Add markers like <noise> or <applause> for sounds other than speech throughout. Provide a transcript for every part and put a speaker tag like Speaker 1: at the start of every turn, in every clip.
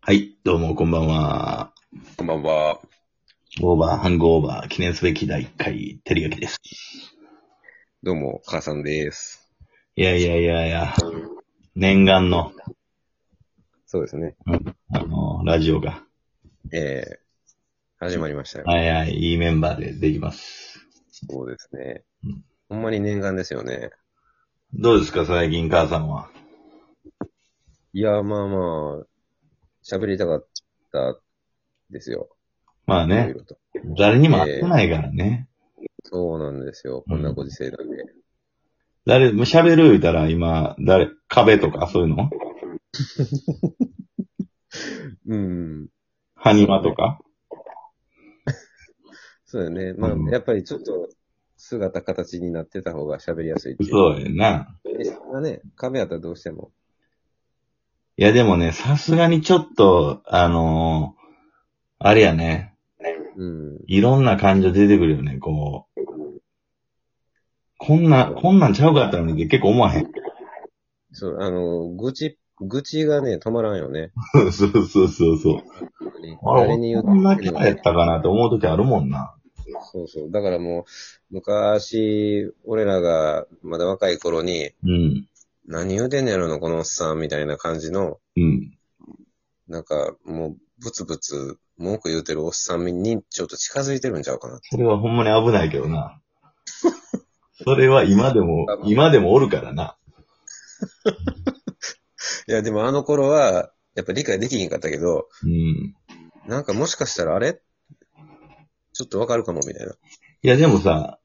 Speaker 1: はい、どうもこんばんは。
Speaker 2: こんばんは。
Speaker 1: オーバー、ハングオーバー、記念すべき第1回、照り焼きです。
Speaker 2: どうも、母さんです。
Speaker 1: いやいやいやいや、念願の、
Speaker 2: そうですね。
Speaker 1: あの、ラジオが、
Speaker 2: えー、始まりましたよ。
Speaker 1: はいはい、いいメンバーでできます。
Speaker 2: そうですね
Speaker 1: うん。
Speaker 2: ほんまに念願ですよね。
Speaker 1: どうですか、最近母さんは。
Speaker 2: いや、まあまあ、喋りたかったですよ。
Speaker 1: まあ
Speaker 2: いろい
Speaker 1: ね、
Speaker 2: ろと。
Speaker 1: 誰にも会ってないからね。
Speaker 2: そうなんですよ。こんなご時世なんで。
Speaker 1: 誰、もう喋る言うたら今、誰、壁とかそういうの
Speaker 2: うん。
Speaker 1: ハニマとか
Speaker 2: そうだよね。まあ
Speaker 1: うん、
Speaker 2: やっぱりちょっと、姿形になってた方が喋りやすいっていう。
Speaker 1: そうやな。
Speaker 2: でそんなね、壁やったらどうしても。
Speaker 1: いやでもね、さすがにちょっと、あのーあれやね、
Speaker 2: うん。
Speaker 1: いろんな感情出てくるよね、こう。こんな、こんなんちゃうかったのにって結構思わへん。 <laughs>
Speaker 2: そう、あの、愚痴、愚痴がね、止まらんよね。
Speaker 1: そうそうそうそう。あれ、
Speaker 2: 誰に言
Speaker 1: こんなキャラやったかなって思う時あるもんな。
Speaker 2: そうそう。だからもう、昔、俺らがまだ若い頃に、
Speaker 1: うん。
Speaker 2: 何言うてんねやろの、このおっさんみたいな感じの、
Speaker 1: うん。
Speaker 2: なんか、もう、ブツブツ文句言うてるおっさんにちょっと近づいてるんちゃうかな。
Speaker 1: それはほんまに危ないけどな。 <laughs> それは今でも、今でもおるからな。
Speaker 2: いや、でもあの頃は、やっぱ理解できひんかったけど、
Speaker 1: うん。い
Speaker 2: なんかもしかしたらあれちょっとわかるかも、みたいな。
Speaker 1: や、でもさ、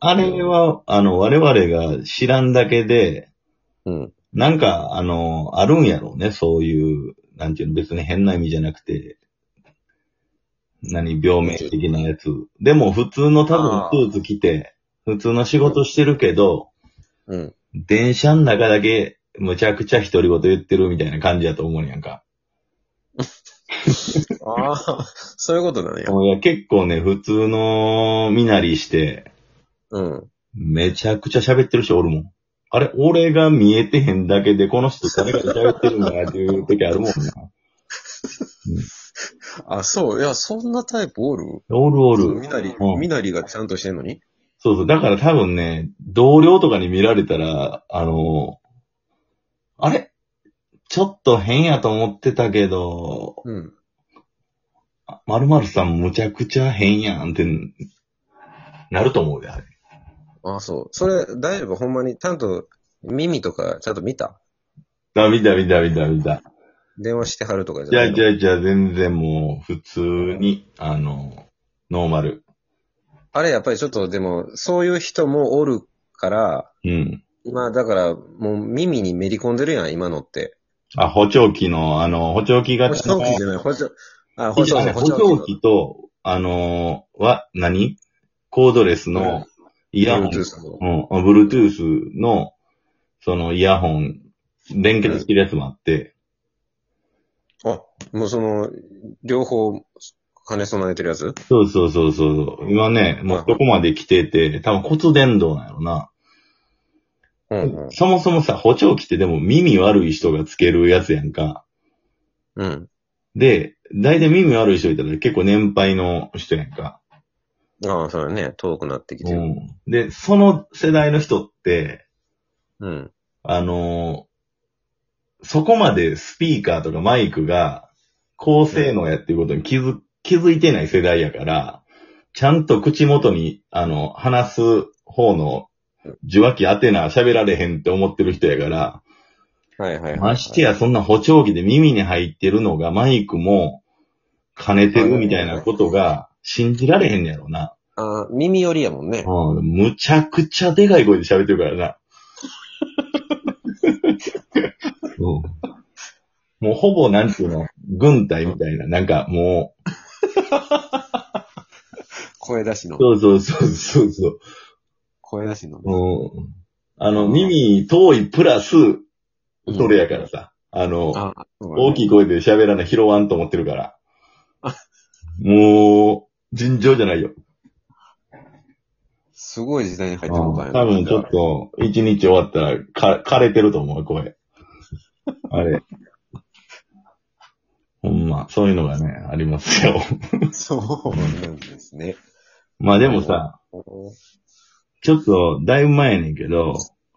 Speaker 1: あれは、あの、我々が知らんだけで、
Speaker 2: うん。
Speaker 1: なんか、あの、あるんやろうね、そういう、なんていうの、別に変な意味じゃなくて、何、病名的なやつ。でも、普通の多分
Speaker 2: あ
Speaker 1: スー
Speaker 2: ー
Speaker 1: ツ着て、普通の仕事してるけど、
Speaker 2: うん。
Speaker 1: 電車の中だけ、むちゃくちゃ独り言言ってるみたいな感じやと思うんやんか。
Speaker 2: ああ、そういうことなんや。
Speaker 1: いや、結構ね、普通の身なりして、
Speaker 2: うん。
Speaker 1: めちゃくちゃ喋ってる人おるもん。あれ、俺が見えてへんだけで、この人誰かと喋ってるんだなっていう時あるもんな。
Speaker 2: <laughs> あ、そう。いや、そんなタイプおる
Speaker 1: おるお
Speaker 2: お
Speaker 1: る。
Speaker 2: みなり
Speaker 1: う、ん
Speaker 2: みなりがちゃんとしてんのに
Speaker 1: そうそう。だから多分ね、同僚とかに見られたら、あの、あれちょっと変やと思ってたけど、
Speaker 2: うん。
Speaker 1: まるまるさんむちゃくちゃ変やんって、なると思うで、あれ。
Speaker 2: あ、そう。それ、大丈夫ほんまに、ちゃんと、耳とか、ちゃんと見た
Speaker 1: あ、見た見た見た見た。
Speaker 2: 電話してはるとかじ
Speaker 1: じ
Speaker 2: ゃ
Speaker 1: ゃ
Speaker 2: ない
Speaker 1: あ
Speaker 2: の
Speaker 1: じゃあじゃあ全然もう、普通に、あの、ノーマル。
Speaker 2: あれ、やっぱりちょっと、でも、そういう人もおるから、
Speaker 1: うん。
Speaker 2: 今、だから、もう耳にめり込んでるやん、今のって。
Speaker 1: あ、補聴器の、あの、補聴器
Speaker 2: 補
Speaker 1: 型の
Speaker 2: 聴器じゃない、補聴、あ、
Speaker 1: 補
Speaker 2: 補聴
Speaker 1: 聴
Speaker 2: 器、
Speaker 1: 器
Speaker 2: 補聴器。
Speaker 1: と、あの、は、何コードレス
Speaker 2: うん
Speaker 1: のイヤホン
Speaker 2: Bluetooth の
Speaker 1: うん、あ Bluetooth の、そのイヤホン、連結してるやつもあって、
Speaker 2: あ、もうその、両方、兼ね備えてるやつ
Speaker 1: そうそうそうそう、今ね、もうどこまで来てて、多分骨伝導なんやろな。
Speaker 2: うんうん。
Speaker 1: そもそもさ、補聴器ってでも耳悪い人がつけるやつやんか。
Speaker 2: うん。
Speaker 1: で、大体耳悪い人いたら結構年配の人やんか。
Speaker 2: ああ、そうだね。遠くなってきて
Speaker 1: う
Speaker 2: る。
Speaker 1: ん。で、その世代の人って、
Speaker 2: うん。
Speaker 1: あのーそこまでスピーカーとかマイクが高性能やっていうことに気づ、気づいてない世代やから、ちゃんと口元に、あの、話す方の受話器当てな喋られへんって思ってる人やから、
Speaker 2: はいはいはい。
Speaker 1: ましてやそんな補聴器で耳に入ってるのがマイクも兼ねてるみたいなことが信じられへんやろな。
Speaker 2: あ耳寄りやもんね。
Speaker 1: うん、むちゃくちゃでかい声で喋ってるからな。うんもうほぼなんていうの、軍隊みたいな、なんかも
Speaker 2: 声出しの
Speaker 1: う、。そうそうそうそうそう、
Speaker 2: 声出しの。
Speaker 1: うん。あの、耳遠いプラス、それやからさ、あの、
Speaker 2: あ、そうだね
Speaker 1: 大きい声で喋らない拾わんと思ってるから。もう、尋常じゃないよ。
Speaker 2: すごい時代に入って
Speaker 1: 多
Speaker 2: もうたんやな
Speaker 1: 分ちょっと、一日終わったら、
Speaker 2: <laughs>
Speaker 1: か、枯れてると思う、声。あれ。ほんそういうのがね、あります
Speaker 2: <laughs>
Speaker 1: よ。
Speaker 3: <laughs> そうなんですね。
Speaker 1: まあでもさ、ちょっとだいぶ前やねんけど、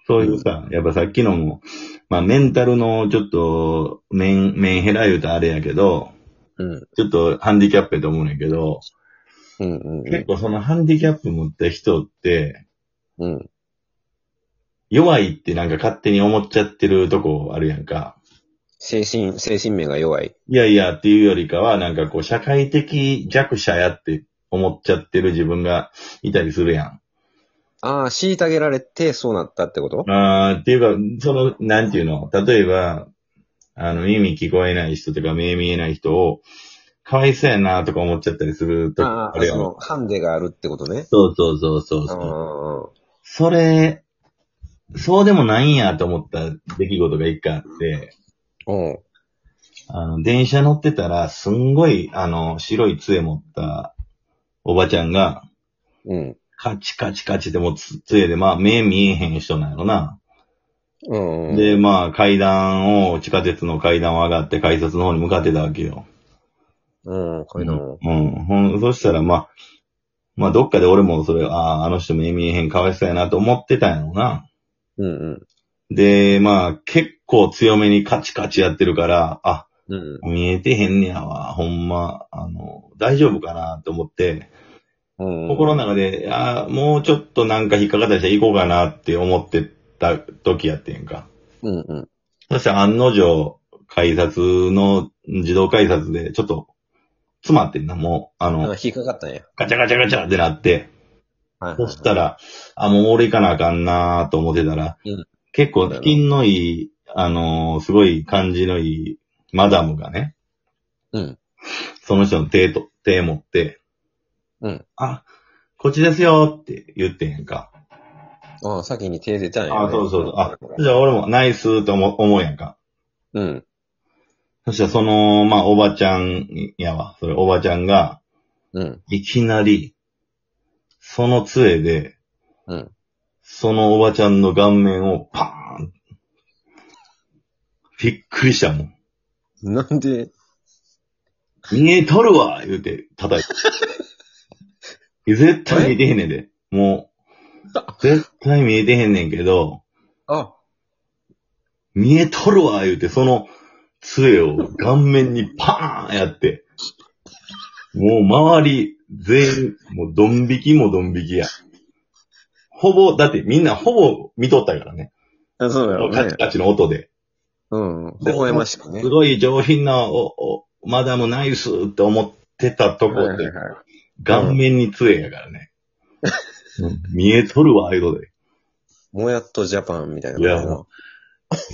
Speaker 1: そういうさ、やっぱさっきのも、まあメンタルのちょっと、メン、メンヘラ言うとあれやけど、
Speaker 2: うん。
Speaker 1: ちょっとハンディキャップやと思うねんけど、
Speaker 2: うんうん
Speaker 1: 結構そのハンディキャップ持った人って、
Speaker 2: うん。うん。
Speaker 1: 弱いってなんか勝手に思っちゃってるとこあるやんか。
Speaker 2: 精神、精神面が弱い。
Speaker 1: いやいやっていうよりかは、なんかこう社会的弱者やって思っちゃってる自分がいたりするやん。
Speaker 2: ああ、虐げられてそうなったってこと
Speaker 1: あーっていうか、その、なんていうの、例えば、あの、耳聞こえない人とか目見えない人を、かわいそうやなとか思っちゃったりするとか、
Speaker 2: ああ、
Speaker 1: れや
Speaker 2: そ
Speaker 1: ろ
Speaker 2: の、ハンデがあるってことね。
Speaker 1: そうそうそうそう
Speaker 2: う
Speaker 1: そ
Speaker 2: ん
Speaker 1: う
Speaker 2: う、んうん。
Speaker 1: それ、そうでもないんやと思った出来事が一回あって、
Speaker 2: うん。
Speaker 1: あの、電車乗ってたら、すんごい、あの、白い杖持ったおばちゃんが、
Speaker 2: うん。
Speaker 1: カチカチカチでもうつ杖で、まあ、目見えへん人なんやろな。
Speaker 2: うんうん。
Speaker 1: で、まあ、階段を、地下鉄の階段を上がって改札の方に向かってたわけよ。
Speaker 2: うん、こういうの。
Speaker 1: うん。ほん、そしたら、まあ、まあ、どっかで俺もそれ、ああ、あの人目見えへん、かわいそうやなと思ってたんやろな。
Speaker 2: うんうん。
Speaker 1: で、まあ、結構強めにカチカチやってるから、あ、
Speaker 2: うん。
Speaker 1: 見えてへんねやわ、ほんま、あの、大丈夫かなと思って、
Speaker 2: うん。
Speaker 1: 心の中で、ああ、もうちょっとなんか引っかかったりしたら行こうかなって思ってた時やってんか。
Speaker 2: うんうん。
Speaker 1: そして案の定、改札の、自動改札で、ちょっと、詰まってんな、もう、あ
Speaker 2: あ
Speaker 1: の、
Speaker 2: 引っかかったんや。
Speaker 1: ガチャガチャガチャってなって、
Speaker 2: はいはい
Speaker 1: そ
Speaker 2: はい。
Speaker 1: したら、あ、もう俺行かなあかんなーと思ってたら、
Speaker 2: うん
Speaker 1: 結構、品のいい、あのーすごい感じのいい、マダムがね、
Speaker 2: うん。
Speaker 1: その人の手と、手持って、
Speaker 2: うん。
Speaker 1: あ、こっちですよーって言ってんやんか。
Speaker 2: ああ、先に手出たんや、
Speaker 1: あ、そうそうそう。あ、じゃあ俺もナイスーと思思うやんか。
Speaker 2: うん。
Speaker 1: そしたらその、まあ、おばちゃんやわ。それ、おばちゃんが、
Speaker 2: うん。
Speaker 1: いきなり、その杖で、
Speaker 2: うん。
Speaker 1: そのおばちゃんの顔面をパーンびっくりしたもん。
Speaker 2: なんで、
Speaker 1: 見えとるわ言うて叩いて。
Speaker 2: <laughs>
Speaker 1: 絶対見えてへんねんで。もう、絶対見えてへんねんけど、
Speaker 2: あ、
Speaker 1: 見えとるわ言うて、その杖を顔面にパーンやって、もう周り全員、もうドン引きもドン引きや。ほぼ、だってみんなほぼ見とったからね。
Speaker 2: あそうやろ
Speaker 1: カ
Speaker 2: ね
Speaker 1: チ。カチの音で。
Speaker 2: うん。微笑ましくね。
Speaker 1: すごい上品なお、お、マダムナイスって思ってたと
Speaker 2: はい
Speaker 1: こ
Speaker 2: はい
Speaker 1: で、
Speaker 2: はい。
Speaker 1: 顔面に杖やからね。うん見えとるわ、いうので。
Speaker 2: もやっとジャパンみたいな。
Speaker 1: いやも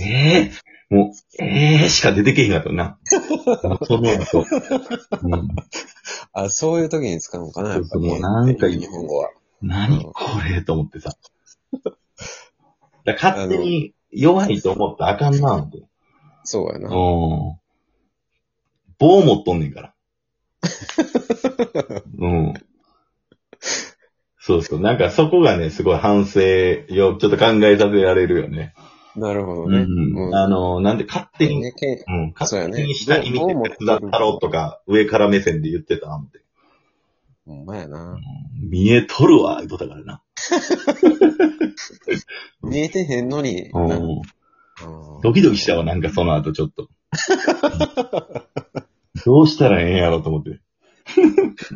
Speaker 1: ええもう、ええしか出てけへんかった
Speaker 2: <laughs>
Speaker 1: な。その後。うん
Speaker 2: あ、そういう時に使うのかな、やっぱり
Speaker 1: そうそうなんか
Speaker 2: 日本語は。
Speaker 1: 何これと思ってさ。だから勝手に弱いと思ったらあかんなぁと。
Speaker 2: そうや
Speaker 1: うん
Speaker 2: な。。
Speaker 1: 棒持っとんねん
Speaker 2: <laughs>
Speaker 1: から。うん。そうそう。なんかそこがね、すごい反省よ、ちょっと考えさせられるよね。
Speaker 2: なるほど
Speaker 1: う
Speaker 2: ね。
Speaker 1: ん。あの、なんで勝手に、
Speaker 2: ねけ
Speaker 1: うん、
Speaker 2: そう
Speaker 1: 勝
Speaker 2: やね
Speaker 1: 手に下に見
Speaker 2: 棒棒持
Speaker 1: て
Speaker 2: っ
Speaker 1: 手伝ったろうとか、上から目線で言ってたな思って。
Speaker 2: ほんまやな。
Speaker 1: 見えとるわ、言うとったからな。
Speaker 2: 見えてへんのに。
Speaker 1: う。
Speaker 2: なんうん
Speaker 1: ドキドキしたわ、なんかその後ちょっと。どうしたらええんやろと思って。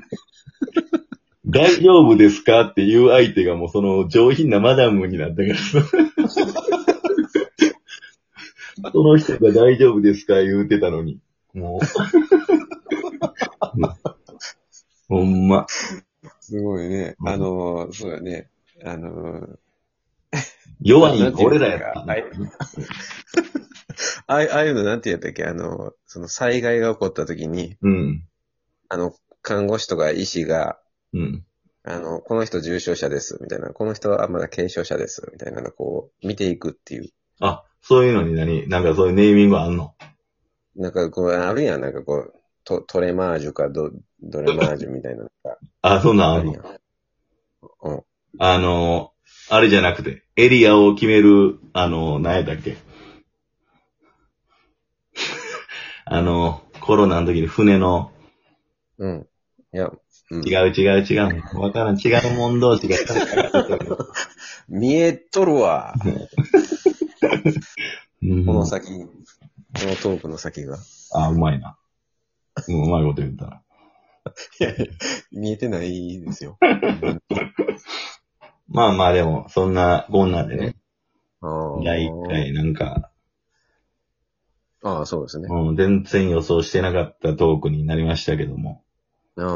Speaker 1: <laughs> 大丈夫ですかっていう相手がもうその上品なマダムになったからさ。その人が大丈夫ですか言うてたのに。もう。 <laughs> ほんま。
Speaker 2: すごいね。
Speaker 1: うん
Speaker 2: あのー、そうやね。あのー、
Speaker 1: 弱い俺らやった。
Speaker 2: はいああいうああいうのなんて言ったっけあのー、その災害が起こった時に、
Speaker 1: うん。
Speaker 2: あの、看護師とか医師が、
Speaker 1: うん。
Speaker 2: あの、この人重症者です、みたいな。この人はまだ軽症者です、みたいなのをこう、見ていくっていう。
Speaker 1: あ、そういうのに何なんかそういうネーミングあんの
Speaker 2: なんかこう、あるやん、なんかこう、トトレマージュかドドレマージュみたいなのが。
Speaker 1: あ、そんなん
Speaker 2: あ
Speaker 1: あん
Speaker 2: る
Speaker 1: の
Speaker 2: やんうん。
Speaker 1: あの、あれじゃなくて、エリアを決める、あの、何やったっけあの、コロナの時に船の、
Speaker 2: うん。いや、うん
Speaker 1: 違う違う違う。わからん。違うもん同士が。
Speaker 3: 見えとるわ。
Speaker 1: うん
Speaker 3: この先。
Speaker 2: このトークの先が。
Speaker 1: あ、うまいな。うん、うまいこと言ったな。
Speaker 3: 見えてないですよ。
Speaker 1: まあまあでも、そんなこんなんでね、
Speaker 2: ああ。
Speaker 1: 第1回なんか、
Speaker 2: ああ、そうですね。
Speaker 1: うん、全然予想してなかったトークになりましたけども。
Speaker 2: あ
Speaker 1: う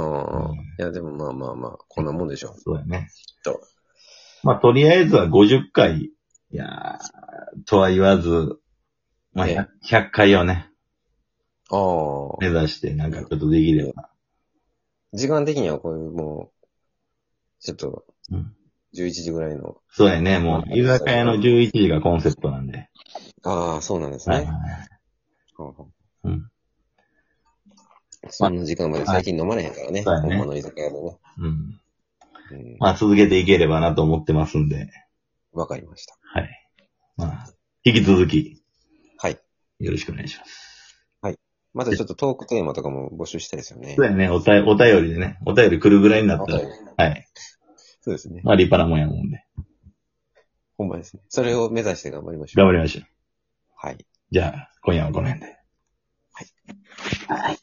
Speaker 2: あ
Speaker 1: ん。
Speaker 2: いや、でもまあまあまあ、こんなもんでしょ
Speaker 1: そうだね。
Speaker 2: そう
Speaker 1: まあとりあえずは50回、いやー、とは言わず、まあ
Speaker 2: え
Speaker 1: 100, 100回をね、
Speaker 2: う。ああ。
Speaker 1: 目指してなんかちょっとできれば。
Speaker 2: 時間的にはこういうもう、ちょっと
Speaker 1: うん、
Speaker 2: 11時ぐらいの。
Speaker 1: そうやね、もう居酒屋の11時がコンセプトなんで。
Speaker 2: ああ、そうなんです
Speaker 1: は
Speaker 2: ね。
Speaker 1: いはいはい。
Speaker 2: はあはあ
Speaker 1: うん
Speaker 2: そんな時間まで最近飲まれへんからね。
Speaker 1: そうやね
Speaker 2: ほんまの居酒屋でね。
Speaker 1: うん。
Speaker 2: うん
Speaker 1: まあ続けていければなと思ってますんで、
Speaker 2: わかりました。
Speaker 1: はい。まあ、引き続き、
Speaker 2: はい。
Speaker 1: よろしくお願いします。
Speaker 2: またちょっとトークテーマとかも募集したいですよね
Speaker 1: そう。やね、おたお便りでね、お便り来るぐらいになったら、はい。
Speaker 2: そうですね。
Speaker 1: まあ立派なもんやもんで。
Speaker 2: ほんまですね。それを目指して頑張りましょう。
Speaker 1: 頑張りましょう。
Speaker 2: はい。
Speaker 1: じゃあ、今夜はこの辺で。
Speaker 2: はい。
Speaker 1: はい。